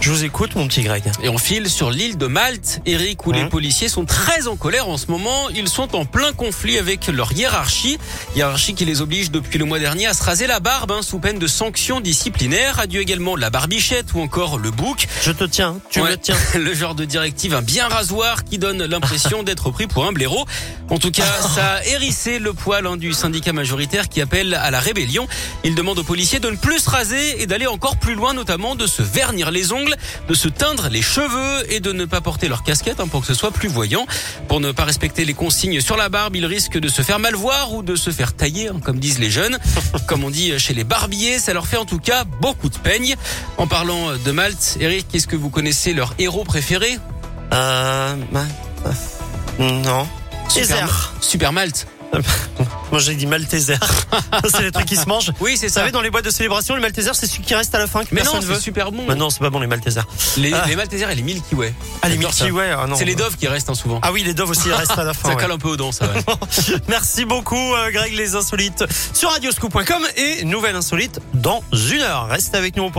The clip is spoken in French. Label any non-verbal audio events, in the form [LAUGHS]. Je vous écoute, mon petit Greg. Et on file sur l'île de Malte, Eric, où les Mhm. policiers sont très en colère en ce moment. Ils sont en plein conflit avec leur hiérarchie. Hiérarchie qui les oblige depuis le mois dernier à se raser la barbe, hein, sous peine de sanctions disciplinaires. Adieu également la barbichette ou encore le bouc. Je te tiens, tu Ouais. me tiens. [LAUGHS] Le genre de directive, un bien rasoir qui donne [LAUGHS] l'impression d'être pris pour un blaireau. En tout cas, ça a hérissé le poil hein, du syndicat majoritaire qui appelle à la rébellion. Il demande aux policiers de ne plus se raser et d'aller encore plus loin, notamment de se vernir les ongles, de se teindre les cheveux et de ne pas porter leur casquette hein, pour que ce soit plus voyant. Pour ne pas respecter les consignes sur la barbe, ils risquent de se faire mal voir ou de se faire tailler, hein, comme disent les jeunes. Comme on dit chez les barbiers, ça leur fait en tout cas beaucoup de peigne. En parlant de Malte, Eric, est-ce que vous connaissez leur héros préféré Euh, bah, euh, non. Tézer. Super Malte. Moi, j'ai dit [LAUGHS] Malteser. c'est les trucs qui se mangent. Vous Oui, c'est ça. savez, dans les boîtes de célébration, le Malteser, c'est celui qui reste à la fin que Mais non, Ah, personne c'est veut. super bon. Bah non, c'est pas bon, les Maltesers. Les, Ah. les Maltesers et les Milky Way. Ah, les J'adore Mickey, ça. ouais, ah non. C'est les doves qui restent hein, souvent. Ah oui, les doves aussi, ils restent à [LAUGHS] la fin. ça ouais. colle un peu aux dents, ça. ouais. Merci beaucoup, euh, Greg, les insolites sur radioscoop.com et nouvelle insolite dans une heure. Restez avec nous. on poursuit.